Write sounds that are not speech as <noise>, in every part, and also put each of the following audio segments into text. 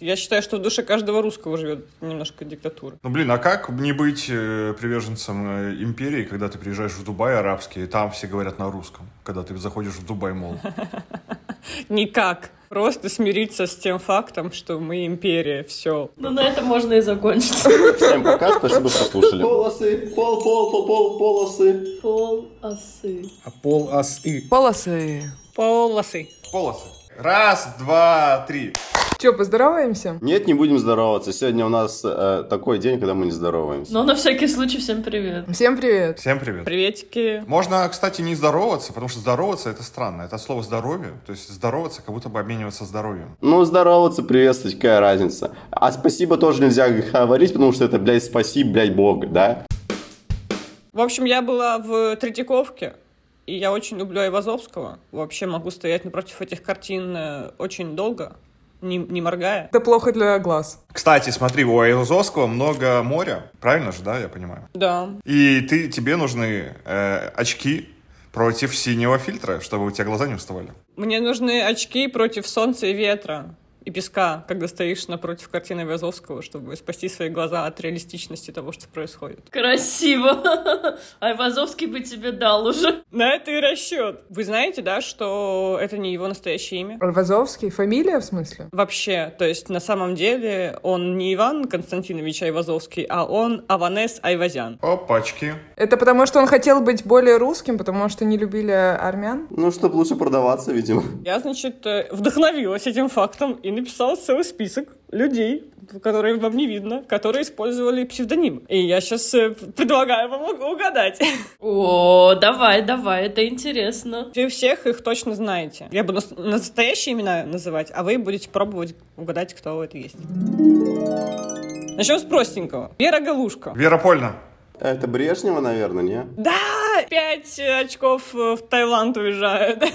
Я считаю, что в душе каждого русского живет немножко диктатура. Ну, блин, а как не быть э, приверженцем э, империи, когда ты приезжаешь в Дубай арабский, и там все говорят на русском, когда ты заходишь в Дубай, мол. Никак. Просто смириться с тем фактом, что мы империя, все. Ну, на этом можно и закончить. Всем пока, спасибо, что слушали. Полосы, пол, пол, пол, пол, полосы. Полосы. А пол ас и. Полосы. Полосы. Полосы. Раз, два, три. Че, поздороваемся? Нет, не будем здороваться. Сегодня у нас э, такой день, когда мы не здороваемся. Но на всякий случай всем привет. Всем привет. Всем привет. Приветики. Можно, кстати, не здороваться, потому что здороваться это странно. Это слово здоровье. То есть здороваться, как будто бы обмениваться здоровьем. Ну, здороваться, приветствовать, какая разница. А спасибо тоже нельзя говорить, потому что это, блядь, спасибо, блядь, Бог, да? В общем, я была в Третьяковке, и я очень люблю Айвазовского. Вообще могу стоять напротив этих картин э, очень долго, не, не моргая. Это плохо для глаз. Кстати, смотри, у Айвазовского много моря. Правильно же, да, я понимаю? Да. И ты, тебе нужны э, очки против синего фильтра, чтобы у тебя глаза не уставали. Мне нужны очки против солнца и ветра и песка, когда стоишь напротив картины Айвазовского, чтобы спасти свои глаза от реалистичности того, что происходит. Красиво. <laughs> Айвазовский бы тебе дал уже. На это и расчет. Вы знаете, да, что это не его настоящее имя? Вазовский? Фамилия, в смысле? Вообще, то есть на самом деле он не Иван Константинович Айвазовский, а он Аванес Айвазян. Опачки. Это потому, что он хотел быть более русским, потому что не любили армян? Ну, чтобы лучше продаваться, видимо. Я, значит, э, вдохновилась этим фактом и написала целый список людей, которые вам не видно, которые использовали псевдоним. И я сейчас предлагаю вам уг- угадать. О, давай, давай, это интересно. Вы всех их точно знаете. Я буду нас- настоящие имена называть, а вы будете пробовать угадать, кто это есть. Начнем с простенького. Вера Галушка. Вера Польна. А Это Брежнева, наверное, не? Да, пять э, очков э, в Таиланд уезжают. <laughs>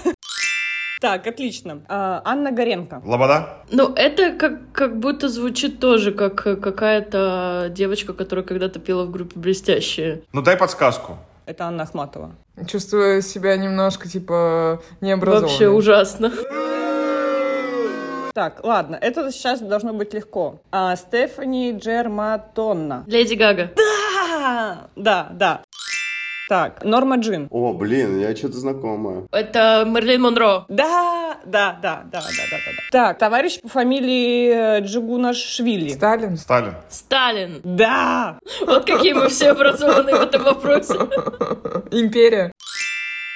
Так, отлично. А, Анна Горенко. Лобода. Ну, это как, как будто звучит тоже, как э, какая-то девочка, которая когда-то пела в группе «Блестящие». Ну дай подсказку. Это Анна Ахматова. Чувствую себя немножко, типа, необразованной. Вообще ужасно. Так, ладно, это сейчас должно быть легко. А, Стефани Джерматонна. Леди Гага. Да, да, да. Так, Норма Джин. О, блин, я что-то знакомая. Это Мерлин Монро. Да, да, да, да, да, да, да, да. Так, товарищ по фамилии э, Джигунашвили. Сталин? Сталин. Сталин. Да. Вот какие мы все образованные в этом вопросе. Империя?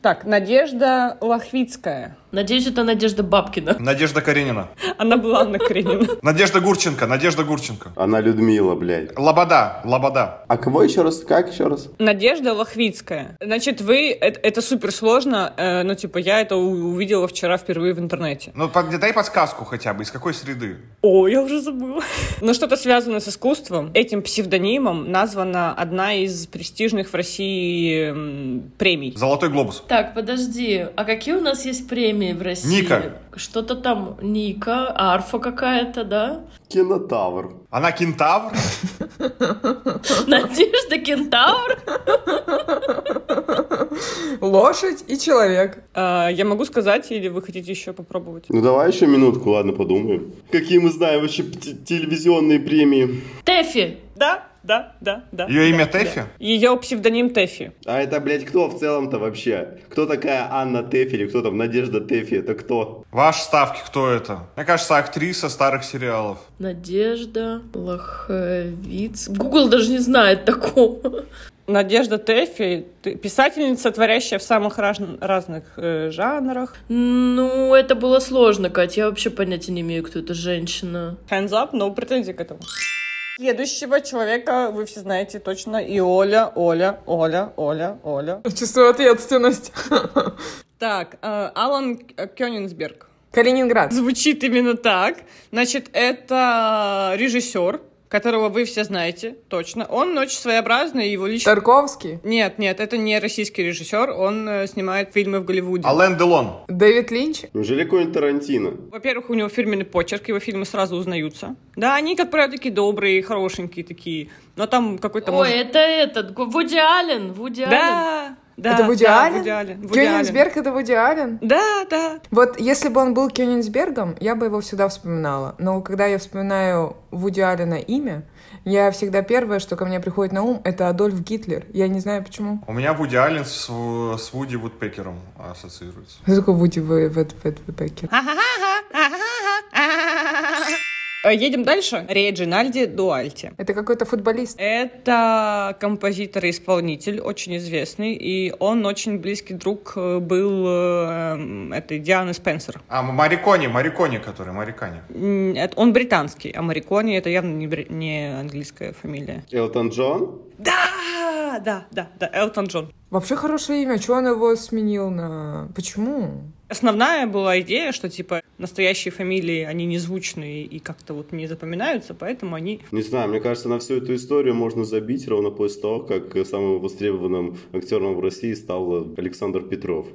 Так, Надежда Лохвицкая. Надеюсь, это Надежда Бабкина. Надежда Каренина. Она была Анна Каренина. Надежда Гурченко. Надежда Гурченко. Она Людмила, блядь. Лобода. Лобода. А кого еще раз? Как еще раз? <laughs> Надежда Лохвицкая. Значит, вы... Это, это суперсложно. э, ну, типа, я это у- увидела вчера впервые в интернете. Ну под- дай подсказку хотя бы. Из какой среды? О, я уже забыла. <laughs> Но что-то связанное с искусством. Этим псевдонимом названа одна из престижных в России м, премий. Золотой глобус. Так, подожди, а какие у нас есть премии в России? Ника. Что-то там Ника, арфа какая-то, да? <laughs> Кинотавр. Она кентавр? Надежда Кентавр? Лошадь и человек. А, я могу сказать, или вы хотите еще попробовать? Ну давай еще минутку, ладно, подумаем. Какие мы знаем вообще т- телевизионные премии? Тэфи. Да, да, да, да. Ее имя Тэфи? Ее псевдоним Тэфи. А это, блядь, кто в целом-то вообще? Кто такая Анна Тэфи или кто там Надежда Тэфи? Это кто? Ваши ставки, кто это? Мне кажется, актриса старых сериалов. Надежда Лоховиц. Гугл даже не знает такого. Надежда Тэфи, ты- писательница, творящая в самых раж- разных э, жанрах. Ну, это было сложно, Кать. Я вообще понятия не имею, кто эта женщина. Hands up, но претензий к этому. Следующего человека вы все знаете точно. И Оля, Оля, Оля, Оля, Оля. Чувствую ответственность. <laughs> Так, э, Алан К- Кёнигсберг. Калининград. Звучит именно так. Значит, это режиссер, которого вы все знаете, точно. Он очень своеобразный, его лично... Тарковский. Нет, нет, это не российский режиссер, он э, снимает фильмы в Голливуде. А Ален Делон. Дэвид Линч. Неужели какой-нибудь Тарантино? Во-первых, у него фирменный почерк, его фильмы сразу узнаются. Да, они, как правило, такие добрые, хорошенькие такие. Но там какой-то... Ой, может- это этот, Гу- Вуди Аллен, Вуди Аллен. Да, Да, это Вуди да, Аллен? Вуди Аллен, Вуди Кёнигсберг это Вуди Аллен? Да, да. Вот если бы он был Кёнигсбергом, я бы его всегда вспоминала. Но когда я вспоминаю Вуди Аллена имя, я всегда первое, что ко мне приходит на ум, это Адольф Гитлер. Я не знаю почему. У меня Вуди Аллен с, Ву- с Вуди Вудпекером ассоциируется. Что такое Вуди Вэ- Вэт- Вэт- Вэпекер? Э, Едем дальше. Реджинальди Дуальти. Это какой-то футболист. Это композитор и исполнитель, очень известный, и он очень близкий друг э, был э, этой Дианы Спенсер. А, М- Марикони, Марикони, который, Марикани. М, это- он британский, а Марикони это явно не, бри- не английская фамилия. Элтон Джон? Да, да, да, да, Элтон Джон. Вообще хорошее имя. Чего он его сменил на... Почему? Основная была идея, что типа настоящие фамилии, они незвучные и как-то вот не запоминаются, поэтому они... Не знаю, мне кажется, на всю эту историю можно забить ровно после того, как самым востребованным актером в России стал Александр Петров.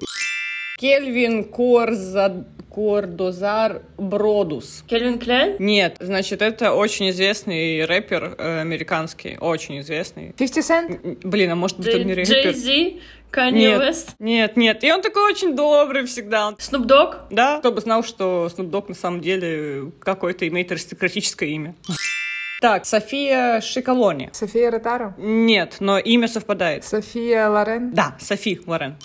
Кельвин Корза... Кордозар Бродус. Кельвин Кляйн? Нет, значит, это очень известный рэпер э, американский, очень известный. 50 Cent? М, Блин, а может быть, он не Джей рэпер? Зи? Канье Нет. Уэст? Нет, нет, и он такой очень добрый всегда. Снуп Дог? Да, кто бы знал, что Snoop Dogg на самом деле какое-то имеет аристократическое имя. Так, София Шиколони. София Ротару? Нет, но имя совпадает. София Лорен? Да, Софи Лорен.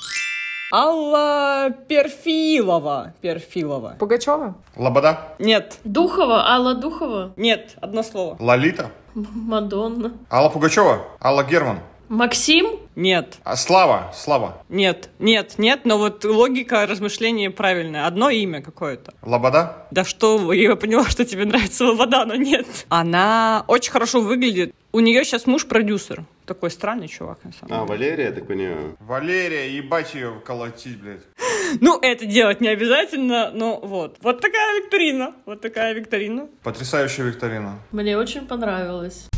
Алла Перфилова. Перфилова. Пугачева? Лобода, Нет, Духова? Алла Духова? нет, одно слово. Лолита, Мадонна? Алла Пугачева, Алла Герман, Максим? Нет, А, Слава, Слава, нет, нет, нет, но вот логика размышления правильная. Одно имя какое-то. Лобода, Да что вы, я поняла, что тебе нравится вода, но нет. Она очень хорошо выглядит. У нее сейчас муж продюсер. Такой странный чувак, на самом деле. А, Валерия, я так понимаю. Валерия, ебать ее колотить, блядь. Ну, это делать не обязательно, но вот. Вот такая викторина. Вот такая викторина. Потрясающая викторина. Мне очень понравилось.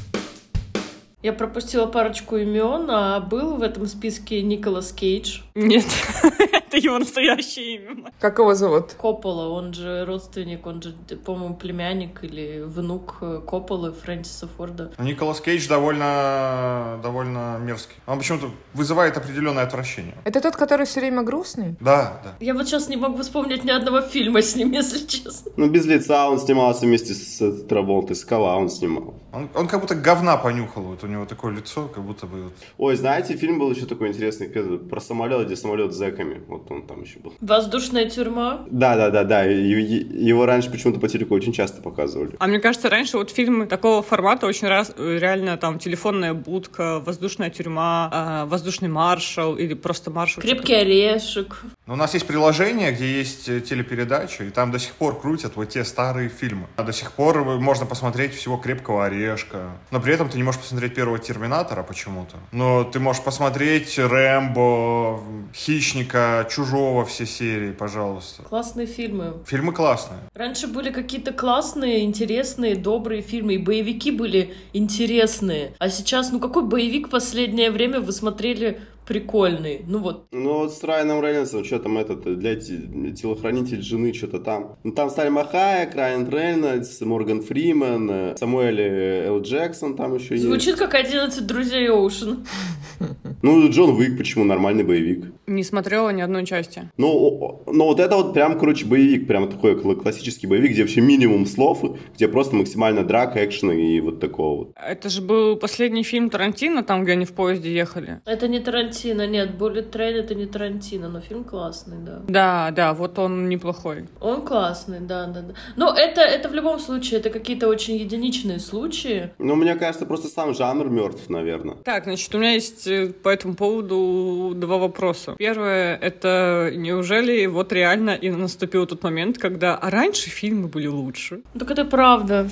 Я пропустила парочку имен, а был в этом списке Николас Кейдж. Нет, <laughs> это его настоящее имя. Как его зовут? Коппола, он же родственник, он же, по-моему, племянник или внук э, Копполы Фрэнсиса Форда. Но Николас Кейдж довольно, довольно мерзкий. Он почему-то вызывает определенное отвращение. Это тот, который все время грустный? Да, да. Я вот сейчас не могу вспомнить ни одного фильма с ним, <laughs> если честно. Ну, без лица он снимался вместе с э, Траволтой, Скала он снимал. Он, он как будто говна понюхал, вот у него такое лицо, как будто бы... вот. Ой, знаете, фильм был еще такой интересный, когда- про самолет, где самолет с зэками. Вот он там еще был. Воздушная тюрьма. Да, да, да, да. и- и- Его раньше почему-то по телеку очень часто показывали. А мне кажется, раньше вот фильмы такого формата очень раз э, реально там телефонная будка, воздушная тюрьма, э, воздушный маршал или просто маршал. Крепкий орешек. Но Ну, у нас есть приложение, где есть э, телепередачи, и там до сих пор крутят вот те старые фильмы. А до сих пор вы- можно посмотреть всего «Крепкого орешка». Но при этом ты не можешь посмотреть первого «Терминатора» почему-то. Но ты можешь посмотреть «Рэмбо», «Хищника», «Чужого» все серии, пожалуйста. Классные фильмы. Фильмы классные. Раньше были какие-то классные, интересные, добрые фильмы, и боевики были интересные. А сейчас, ну какой боевик последнее время вы смотрели прикольный? Ну вот, Ну вот с Райаном Рейнольдсом, что там этот, э, для те- телохранитель жены, что-то там. Ну там Сальма Хайек, Райан Рейнольдс, Морган Фримен, э, Самуэль э, Л. Джексон там еще есть. звучит как 11 друзей Оушен. Ну Джон Уик, почему нормальный боевик? Не смотрела ни одной части. Ну, о- о- но вот это вот прям, короче, боевик, прям такой кла- классический боевик, где вообще минимум слов, где просто максимально драка, экшена и вот такого вот. Это же был последний фильм Тарантино, там, где они в поезде ехали. Это не Тарантино, нет, Bullet Train это не Тарантино, но фильм классный, да. Да, да, вот он неплохой. Он классный, да, да, да. Но это, это в любом случае, это какие-то очень единичные случаи. Ну, мне кажется, просто сам жанр мертв, наверное. Так, значит, у меня есть э, по этому поводу два вопроса. Первое, это неужели вот реально и наступил тот момент, когда а раньше фильмы были лучше? Так это правда.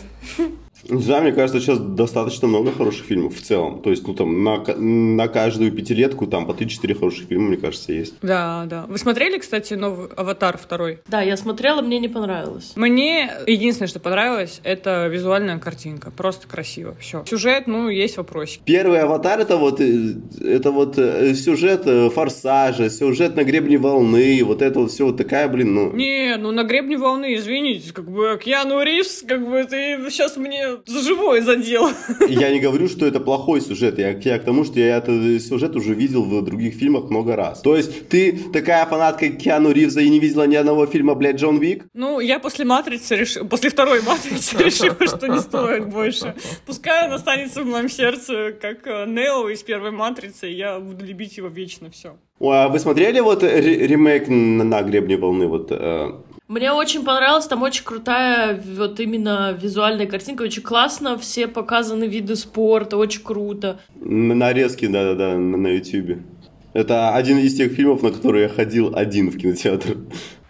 Не знаю, мне кажется, сейчас достаточно много хороших фильмов в целом. То есть, ну, там, на, ка- на каждую пятилетку там по 3-4 хороших фильма, мне кажется, есть. Да, да. Вы смотрели, кстати, новый «Аватар» второй? Да, я смотрела, мне не понравилось. Мне единственное, что понравилось, это визуальная картинка. Просто красиво. Все. Сюжет, ну, есть вопросики. Первый «Аватар» — это вот, э, это вот э, сюжет э, «Форсажа», сюжет «На гребне волны», вот это вот все вот такая, <laughs> блин, ну... Не, ну на гребне волны, извините, как бы Киану Ривз, как бы ты сейчас мне меня за живое задело. Я не говорю, что это плохой сюжет. Я, я к тому, что я этот э, сюжет уже видел в других фильмах много раз. То есть ты такая фанатка Киану Ривза и не видела ни одного фильма, блядь, Джон Вик? Ну, я после «Матрицы» решила, после второй «Матрицы» решила, что не стоит больше. Пускай он останется в моем сердце, как э, Нео из первой «Матрицы», и я буду любить его вечно, все. Ой, а Вы смотрели вот э, ре- ремейк на, на гребне волны? Вот, э, Мне очень понравилось, там очень крутая вот именно визуальная картинка, очень классно, все показаны виды спорта, очень круто. на- нарезки, да-да-да, на, на Ютубе. Это один из тех фильмов, на которые я ходил один в кинотеатр.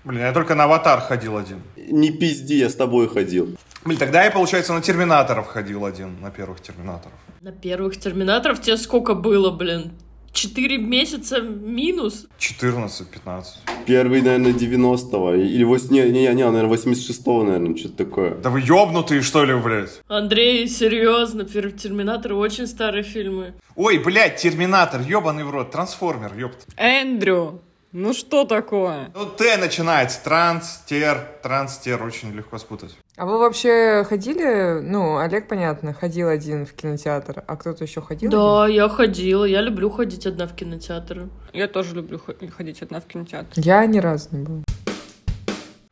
Блин, я только на «Аватар» ходил один. Не пизди, я с тобой ходил. Блин, тогда я, получается, на «Терминаторов» ходил один, на первых «Терминаторов». На первых терминаторов тебе сколько было, блин? Четыре месяца минус? 14-15. Первый, наверное, 90-го. Или 8, не, не, не, наверное, 86-го, наверное, что-то такое. Да вы ёбнутые, что ли, блядь? Андрей, серьезно, первый терминатор очень старые фильмы. Ой, блядь, Терминатор, ёбаный в рот, Трансформер, ёпт. Эндрю, ну что такое? Ну, Т начинается, транстер, транстер, очень легко спутать. А вы вообще ходили? Ну, Олег, понятно, ходил один в кинотеатр, а кто-то еще ходил? Да, я ходила, я люблю ходить одна в кинотеатр. Я тоже люблю хо- ходить одна в кинотеатр. один? Я ни разу не была.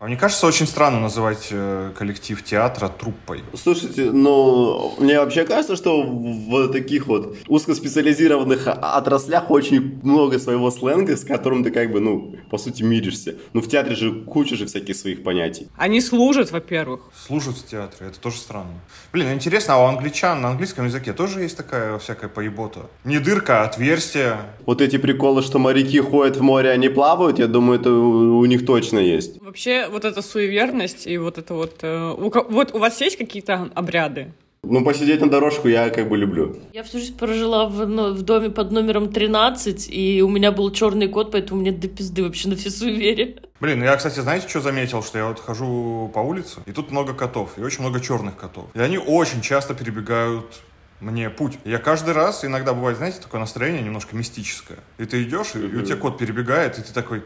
А мне кажется, очень странно называть э, коллектив театра труппой. Слушайте, ну, мне вообще кажется, что в таких вот узкоспециализированных отраслях очень много своего сленга, с которым ты как бы, ну, по сути, миришься. Ну, в театре же куча же всяких своих понятий. Они служат, во-первых. Служат в театре, это тоже странно. Блин, интересно, а у англичан на английском языке тоже есть такая всякая поебота? Не дырка, а отверстие. Вот эти приколы, что моряки ходят в море, они плавают, я думаю, это у у них точно есть. Вообще, вот эта суеверность и вот это вот... э, у ко- вот у вас есть какие-то обряды? Ну, посидеть на дорожку я как бы люблю. Я всю жизнь прожила в, но- в доме под номером 13, и у меня был черный кот, поэтому мне до пизды вообще на все суеверие. Блин, ну я, кстати, знаете, что заметил? Что я вот хожу по улице, и тут много котов, и очень много черных котов. И они очень часто перебегают мне путь. Я каждый раз, иногда бывает, знаете, такое настроение немножко мистическое. И ты идешь, и, и у тебя кот перебегает, и ты такой...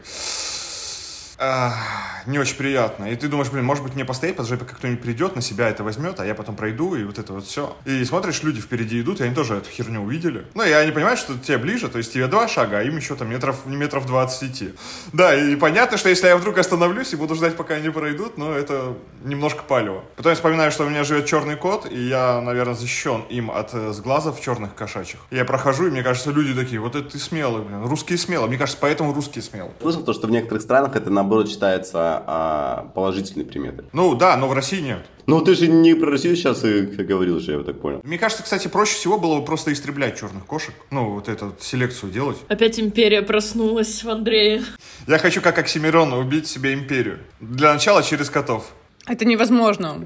«Ах, не очень приятно. И ты думаешь, блин, может быть, мне постоять, потому что пока кто-нибудь придет, на себя это возьмет, а я потом пройду, и вот это вот все. И смотришь, люди впереди идут, и они тоже эту херню увидели. Ну, и они понимают, что тебе ближе, то есть тебе два шага, а им еще там метров, метров 20 идти. Да, и понятно, что если я вдруг остановлюсь и буду ждать, пока они пройдут, ну, это немножко палево. Потом я вспоминаю, что у меня живет черный кот, и я, наверное, защищен им от э, сглазов черных кошачьих. И я прохожу, и мне кажется, люди такие, вот это ты смелый, блин, русские смелые. Мне кажется, поэтому русские смелые. Слышал то, что в некоторых странах это, наоборот, считается а, положительной приметой. Ну, да, но в России нет. Ну, ты же не про Россию сейчас э, говорил же, я так понял. Мне кажется, кстати, проще всего было бы просто истреблять черных кошек. Ну, вот эту вот селекцию делать. Опять империя проснулась в Андрее. Я хочу, как Оксимирон, убить себе империю. Для начала через котов. Это невозможно.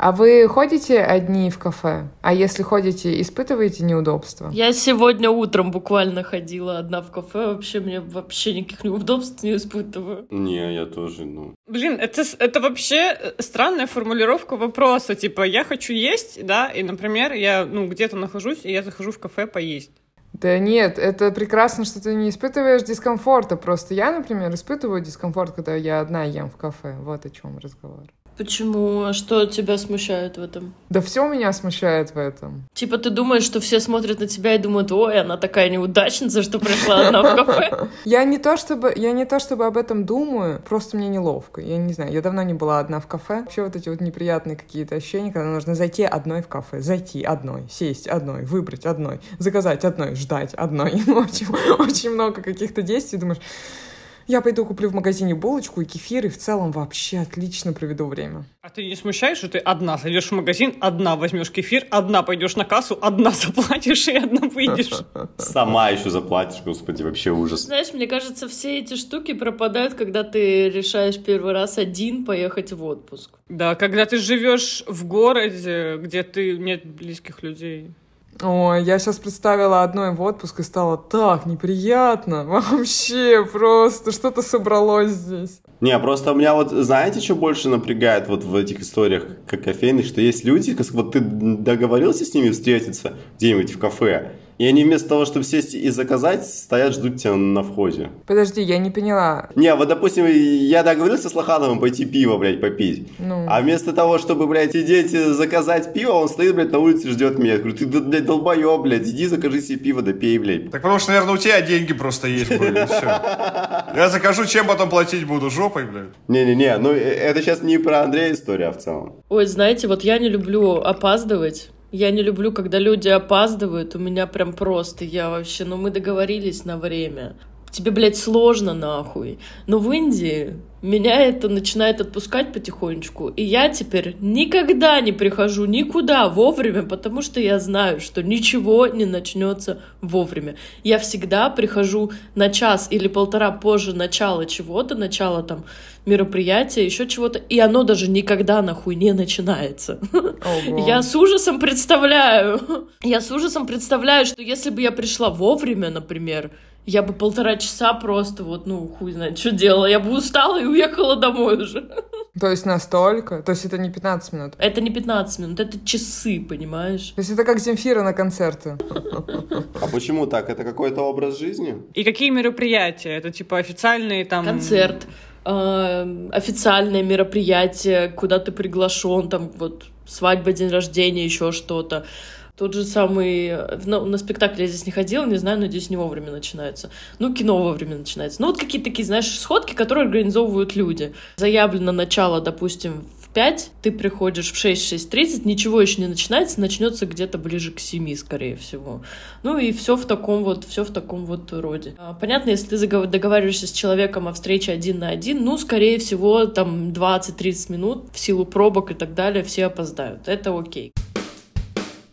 А вы ходите одни в кафе? А если ходите, испытываете неудобства? Я сегодня утром буквально ходила одна в кафе, вообще мне вообще никаких неудобств не испытываю. Не, я тоже, ну... Блин, это, с- это вообще э, странная формулировка вопроса. Типа, я хочу есть, да, и, например, я ну, где-то нахожусь, и я захожу в кафе поесть. Да нет, это прекрасно, что ты не испытываешь дискомфорта. Просто я, например, испытываю дискомфорт, когда я одна ем в кафе. Вот о чем разговор. Почему? А Что тебя смущает в этом? Да все меня смущает в этом. Типа ты думаешь, что все смотрят на тебя и думают, ой, она такая неудачница, что пришла одна в кафе. Я не то чтобы, я не то чтобы об этом думаю, просто мне неловко. Я не знаю, я давно не была одна в кафе. Вообще вот эти вот неприятные какие-то ощущения, когда нужно зайти одной в кафе, зайти одной, сесть одной, выбрать одной, заказать одной, ждать одной. <laughs> Ну, в общем, очень много каких-то действий. Думаешь, я пойду куплю в магазине булочку и кефир, и в целом вообще отлично проведу время. А ты не смущаешь, что ты одна зайдешь в магазин, одна возьмешь кефир, одна пойдешь на кассу, одна <laughs> заплатишь и одна <laughs> выйдешь. Сама еще заплатишь, господи, вообще ужас. Знаешь, мне кажется, все эти штуки пропадают, когда ты решаешь первый раз один поехать в отпуск. Да, когда ты живешь в городе, где ты нет близких людей. Ой, я сейчас представила одной в отпуск и стало так неприятно. <laughs> Вообще просто что-то собралось здесь. Не, просто у меня вот, знаете, что больше напрягает вот в этих историях как кофейных, что есть люди, как вот ты договорился с ними встретиться где-нибудь в кафе, И они вместо того, чтобы сесть и заказать, стоят, ждут тебя на входе. Подожди, я не поняла. Не, вот, допустим, я договорился с Лохановым пойти пиво, блядь, попить. Ну. А вместо того, чтобы, блядь, сидеть э, заказать пиво, он стоит, блядь, на улице ждет меня. Я говорю, ты, да, блядь, долбоеб, блядь, иди закажи себе пиво, да пей, блядь. Так потому что, наверное, у тебя деньги просто есть были, и все. Я закажу, чем потом платить буду, жопой, блядь. Не-не-не, ну э, это сейчас не про Андрея история, а в целом. Ой, знаете, вот я не люблю опаздывать. Я не люблю, когда люди опаздывают. У меня прям просто, я вообще, ну мы договорились на время. Тебе, блядь, сложно нахуй. Но в Индии меня это начинает отпускать потихонечку. И я теперь никогда не прихожу никуда вовремя, потому что я знаю, что ничего не начнется вовремя. Я всегда прихожу на час или полтора позже начала чего-то, начала там мероприятия, еще чего-то, и оно даже никогда нахуй не начинается. Ого. Я с ужасом представляю. Я с ужасом представляю, что если бы я пришла вовремя, например, я бы полтора часа просто вот, ну, хуй знает, что делала. Я бы устала и уехала домой уже. То есть настолько? То есть это не 15 минут? Это не 15 минут, это часы, понимаешь? То есть это как Земфира на концерте. А почему так? Это какой-то образ жизни? И какие мероприятия? Это типа официальные там... Концерт, э, официальное мероприятие, куда ты приглашен, там вот свадьба, день рождения, еще что-то. Тот же самый... э, На, на спектакль я здесь не ходила, не знаю, надеюсь, не вовремя начинается. Ну, кино вовремя начинается. Ну, вот какие-то такие, знаешь, сходки, которые организовывают люди. Заявлено начало, допустим, в 5, ты приходишь в 6-6.30, ничего еще не начинается, начнется где-то ближе к 7, скорее всего. Ну и все в таком вот, все в таком вот роде. А, Понятно, если ты заго- договариваешься с человеком о встрече один на один, ну, скорее всего, там 20-30 минут в силу пробок и так далее все опоздают. Это окей.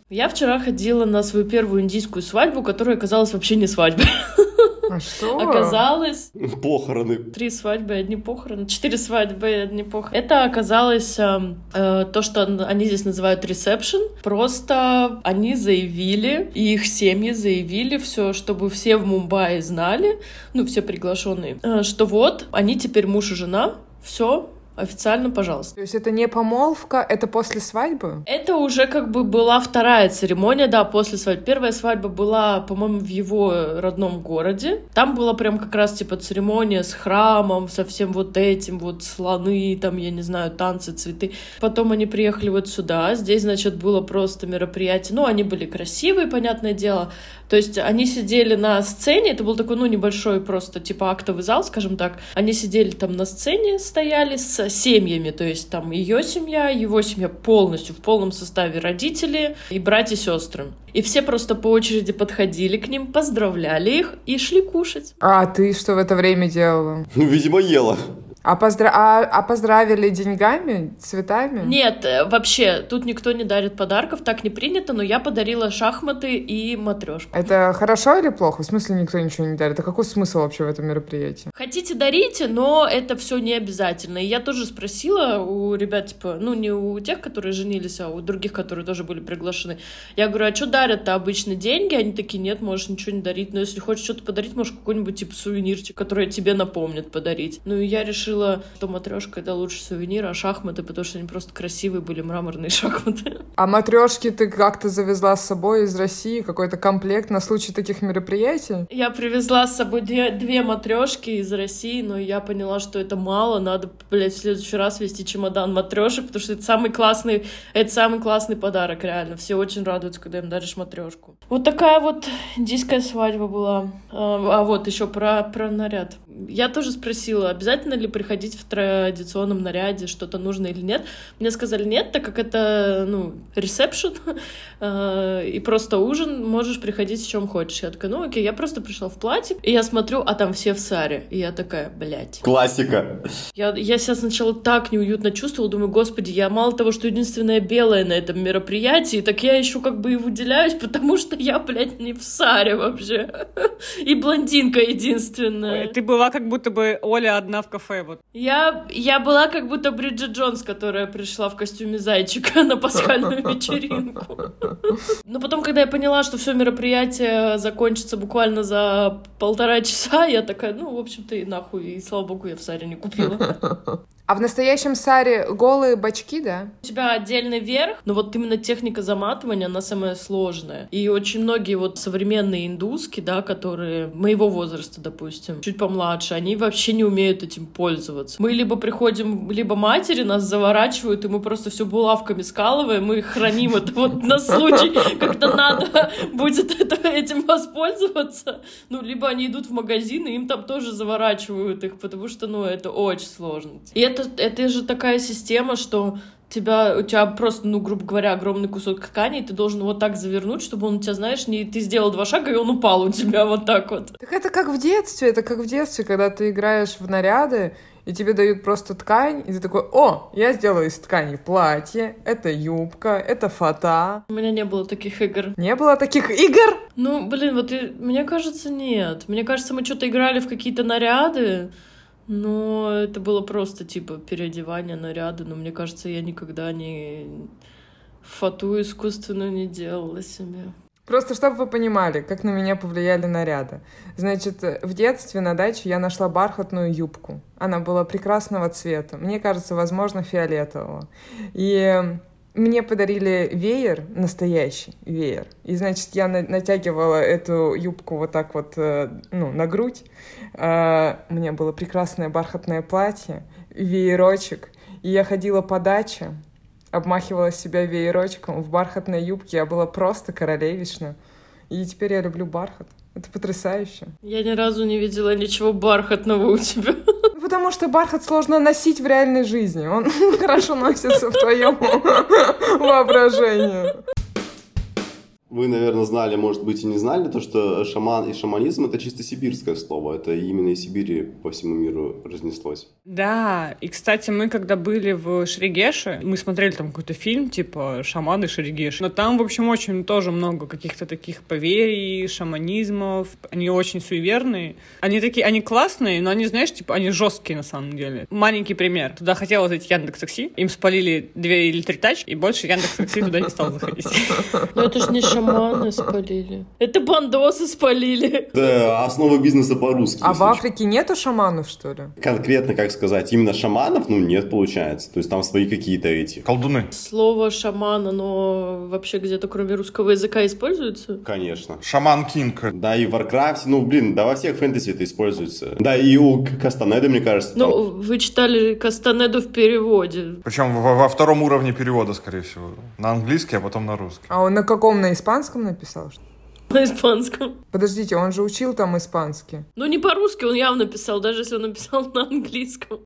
Я вчера ходила на свою первую индийскую свадьбу, которая оказалась вообще не свадьбой. А что? Оказалось, Похороны. три свадьбы и одни похороны, четыре свадьбы и одни похороны. Это оказалось эм, э, то, что н- они здесь называют ресепшн. Просто они заявили, и их семьи заявили все, чтобы все в Мумбаи знали, ну, все приглашенные, э, что вот, они теперь муж и жена, все, официально, пожалуйста. То есть это не помолвка, это после свадьбы? Это уже как бы была вторая церемония, да, после свадьбы. Первая свадьба была, по-моему, в его э, родном городе. Там была прям как раз типа церемония с храмом, со всем вот этим, вот слоны, там, я не знаю, танцы, цветы. Потом они приехали вот сюда. Здесь, значит, было просто мероприятие. Ну, они были красивые, понятное дело. То есть они сидели на сцене, это был такой, ну, небольшой просто, типа, актовый зал, скажем так. Они сидели там на сцене, стояли с семьями, то есть там ее семья, его семья полностью, в полном составе родители и братья и сестры. И все просто по очереди подходили к ним, поздравляли их и шли кушать. А ты что в это время делала? Ну, видимо, ела. А, поздра- а- а поздравили деньгами, цветами? Нет, э, вообще, тут никто не дарит подарков, так не принято, но я подарила шахматы и матрешку. Это хорошо или плохо? В смысле никто ничего не дарит? А какой смысл вообще в этом мероприятии? Хотите, дарите, но это все не обязательно. И я тоже спросила у ребят, типа, ну, не у тех, которые женились, а у других, которые тоже были приглашены. Я говорю, а что дарят-то обычно деньги? Они такие, нет, можешь ничего не дарить. Но если хочешь что-то подарить, можешь какой-нибудь, типа, сувенирчик, который тебе напомнит подарить. Ну, и я решила, что матрешка — это лучше сувенир, а шахматы, потому что они просто красивые были, мраморные <laughs> шахматы. А матрешки ты как-то завезла с собой из России, какой-то комплект на случай таких мероприятий? Я привезла с собой две, две матрешки из России, но я поняла, что это мало. Надо, блядь, в следующий раз вести чемодан матрешек, потому что это самый классный, это самый классный подарок, реально. Все очень радуются, когда им даришь матрешку. Вот такая вот индийская свадьба была. А а вот еще про, про наряд. Я тоже спросила, обязательно ли приходить в традиционном наряде, что-то нужно или нет. Мне сказали нет, так как это, ну, ресепшн, <laughs> э, и просто ужин, можешь приходить с чем хочешь. Я такая, ну окей, я просто пришла в платье, и я смотрю, а там все в саре. И я такая, блядь. Классика. Я, я себя сначала так неуютно чувствовала, думаю, господи, я мало того, что единственная белая на этом мероприятии, так я еще как бы и выделяюсь, <laughs> потому что я, блядь, не в саре вообще. <laughs> И блондинка единственная. Ой, Ты была как будто бы Оля одна в кафе. Вот. Я, я была как будто Бриджит Джонс, которая пришла в костюме зайчика <laughs> на пасхальную <laughs> вечеринку. <laughs> Но потом, когда я поняла, что все мероприятие закончится буквально за полтора часа, я такая, ну, в общем-то, и нахуй, и слава богу, я в Саре не купила. А в настоящем Саре голые бачки, да? У тебя отдельный верх, но вот именно техника заматывания, она самая сложная. И очень многие вот современные индуски, да, которые моего возраста, допустим, чуть помладше, они вообще не умеют этим пользоваться. Мы либо приходим, либо матери нас заворачивают, и мы просто все булавками скалываем и храним это вот на случай, когда надо будет это- этим воспользоваться. Ну, либо они идут в магазин, и им там тоже заворачивают их, потому что, ну, это очень сложно. И это, это же такая система, что тебя, у тебя просто, ну, грубо говоря, огромный кусок ткани, и ты должен вот так завернуть, чтобы он у тебя, знаешь, не ты сделал два шага, и он упал у тебя вот так вот. Так это как в детстве, это как в детстве, когда ты играешь в наряды, и тебе дают просто ткань, и ты такой, о, я сделаю из ткани платье, это юбка, это фата. У меня не было таких игр. Не было таких игр? Ну, блин, вот и- мне кажется, нет. Мне кажется, мы что-то играли в какие-то наряды, но это было просто типа переодевание наряды, но мне кажется, я никогда не фату искусственную не делала себе. Просто чтобы вы понимали, как на меня повлияли наряды. Значит, э, в детстве на даче я нашла бархатную юбку. Она была прекрасного цвета. Мне кажется, возможно, фиолетового. И э, мне подарили веер, настоящий веер. И, значит, я на- натягивала эту юбку вот так вот, э, ну, на грудь. Э, У меня было прекрасное бархатное платье, веерочек. И я ходила по даче, обмахивала себя веерочком в бархатной юбке. Я была просто королевишна. И теперь я люблю бархат. Это потрясающе. Я ни разу не видела ничего бархатного у тебя. Ну, Потому что бархат сложно носить в реальной жизни. Он <laughs> хорошо носится в твоем <laughs> воображении. Вы, наверное, знали, может быть, и не знали, то, что шаман и шаманизм – это чисто сибирское слово. Это именно из Сибири по всему миру разнеслось. Да, и, кстати, мы когда были в Шерегеше, мы смотрели там какой-то фильм, типа «Шаманы Шерегеши». Но там, в общем, очень тоже много каких-то таких поверий, шаманизмов. Они очень суеверные. Они такие, они классные, но они, знаешь, типа, они жесткие на самом деле. Маленький пример. Туда хотел зайти Яндекс Такси, им спалили две или три тачки, и больше Яндекс Такси туда не стал заходить. Но Ну, это ж не шаманы спалили. Это бандосы спалили. Это основа бизнеса по-русски. А в если Африке нету шаманов, что ли? чё. Конкретно, как сказать, именно шаманов, ну, нет, получается. То есть там свои какие-то эти. Колдуны. Слово шаман, оно вообще где-то кроме русского языка используется? Конечно. Шаман Кинг. Да, и в Варкрафте, ну, блин, да во всех фэнтези это используется. Да, и у К- Кастанеда, мне кажется, там- Ну, вы читали Кастанеду в переводе. Причем во, во втором уровне перевода, скорее всего. На английский, а потом на русский. А он на каком? На испанском написал? что ли? На испанском. Подождите, он же учил там испанский. Ну, не по-русски он явно писал, даже если он написал на английском.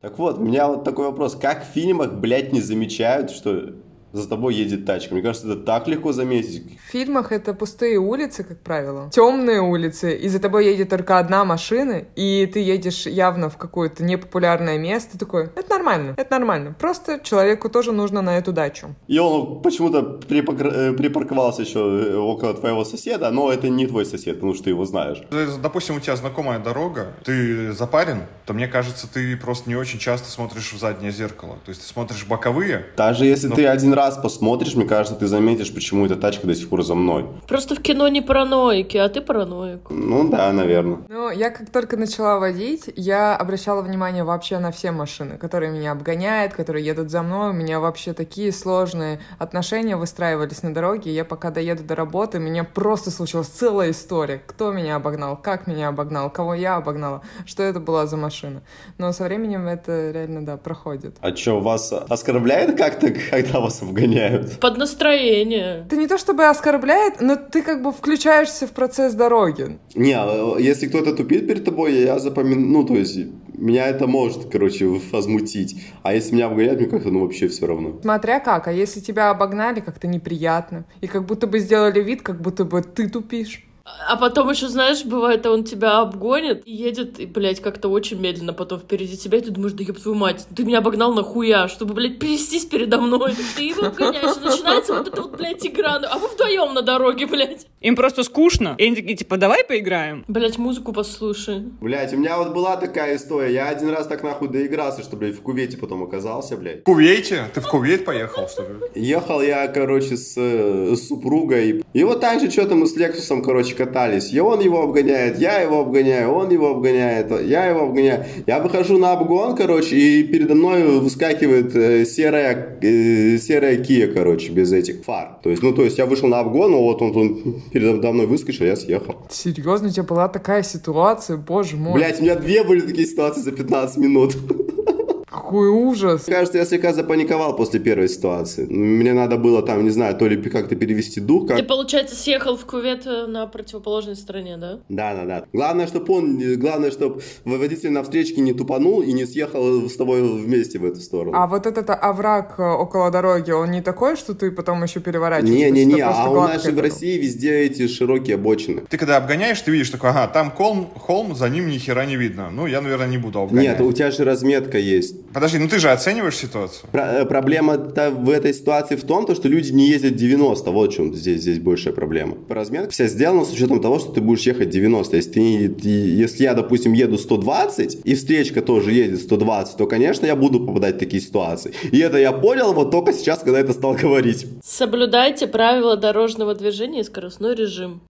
Так вот, у меня вот такой вопрос. Как в фильмах, блядь, не замечают, что за тобой едет тачка? Мне кажется, это так легко заметить. В фильмах это пустые улицы, как правило. Темные улицы, и за тобой едет только одна машина, и ты едешь явно в какое-то непопулярное место. Ты такой, это нормально, это нормально. Просто человеку тоже нужно на эту дачу. И он почему-то припокр- э, припарковался еще э, около твоего соседа, но это не твой сосед, потому что ты его знаешь. Ты, Э, Допустим, у тебя знакомая дорога, ты запарен, то мне кажется, ты просто не очень часто смотришь в заднее зеркало. То есть ты смотришь в боковые, Даже если Ну. ты один раз посмотришь, мне кажется, ты заметишь, почему эта тачка до сих пор за мной. Просто в кино не параноики, а ты параноик. Ну да, наверное. Но я как только начала водить, я обращала внимание вообще на все машины, которые меня обгоняют, которые едут за мной. У меня вообще такие сложные отношения выстраивались на дороге. Я пока доеду до работы, у меня просто случилась целая история. Кто меня обогнал, как меня обогнал, кого я обогнала, что это была за машина. Но со временем это реально, да, проходит. А что, вас оскорбляет как-то, когда вас обгоняют? Под настроение. Это не то чтобы оскорбляет, но ты как бы включаешься в процесс дороги. Не, э, если кто-то тупит перед тобой, я запоминаю, ну, то есть, меня это может, короче, возмутить. А если меня обгоняют, мне как-то, ну, вообще все равно. Смотря как, а если тебя обогнали, как-то неприятно. И как будто бы сделали вид, как будто бы ты тупишь. А потом еще, знаешь, бывает, он тебя обгонит и едет, и, блядь, как-то очень медленно потом впереди тебя, и ты думаешь, да ёб твою мать, ты меня обогнал нахуя, чтобы, блядь, перестись передо мной. Ты его обгоняешь, и начинается вот эта вот, блядь, игра, а вы вдвоем на дороге, блядь. Им просто скучно, и они такие, типа, давай поиграем. Блядь, музыку послушай. Блять, у меня вот была такая история. Я один раз так нахуй доигрался, что, блядь, в кувете потом оказался, блядь. в Кувейте. Ты в Кувейт поехал, что ли? Ехал я, короче, с, э, с супругой. И вот так же что-то мы с Лексусом, короче, короче, катались. И он его обгоняет, я его обгоняю, он его обгоняет, я его обгоняю. Я выхожу на обгон, короче, и передо мной выскакивает э, серая, э, серая Kia, короче, без этих фар. То есть, ну, то есть я вышел на обгон, но вот он, он передо мной выскочил, я съехал. Серьезно, у тебя была такая ситуация, боже мой. Блять, у меня две были такие ситуации за 15 минут. <laughs> Какой ужас. Мне кажется, я слегка запаниковал после первой ситуации. Мне надо было там, не знаю, то ли как-то перевести дух, как... Ты, получается, съехал в кювет на противоположной стороне, да? Да, да, да. Главное, чтобы он, главное, чтобы водитель на встречке не тупанул и не съехал с тобой вместе в эту сторону. А вот этот овраг э, около дороги, он не такой, что ты потом еще переворачиваешь? Не-не-не, а у нас же в России везде эти широкие обочины. Ты когда обгоняешь, ты видишь такой, ага, там холм, холм, за ним ни хера не видно. Ну, я, наверное, не буду обгонять. Нет, у тебя же разметка есть. Подожди, ну ты же оцениваешь ситуацию. Про- проблема в этой ситуации в том, то, что люди не ездят 90. Вот в чем здесь, здесь большая проблема. По разметке вся сделана с учетом того, что ты будешь ехать 90. Если, ты, не- ты- если я, допустим, еду 120, и встречка тоже едет 120, то, конечно, я буду попадать в такие ситуации. И это я понял вот только сейчас, когда это стал говорить. Соблюдайте правила дорожного движения и скоростной режим.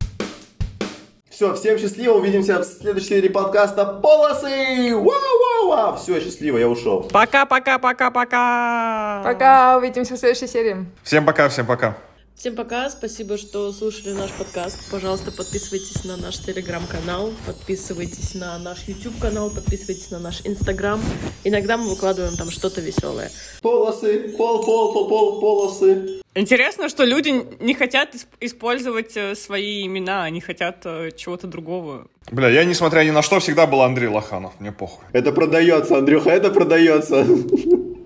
Все, всем счастливо, увидимся в следующей серии подкаста «Полосы». Вау-вау-вау. Все, счастливо, я ушел. Пока-пока-пока-пока. Пока, увидимся в следующей серии. Всем пока, всем пока. Всем пока, спасибо, что слушали наш подкаст. Пожалуйста, подписывайтесь на наш телеграм-канал, подписывайтесь на наш YouTube-канал, подписывайтесь на наш Инстаграм. Иногда мы выкладываем там что-то веселое. Полосы, пол-пол-пол-пол, полосы. Интересно, что люди не хотят исп- использовать э, свои имена, они хотят э, чего-то другого. Бля, я, несмотря ни на что, всегда был Андрей Лоханов. Мне похуй. Это продается, Андрюха, это продается.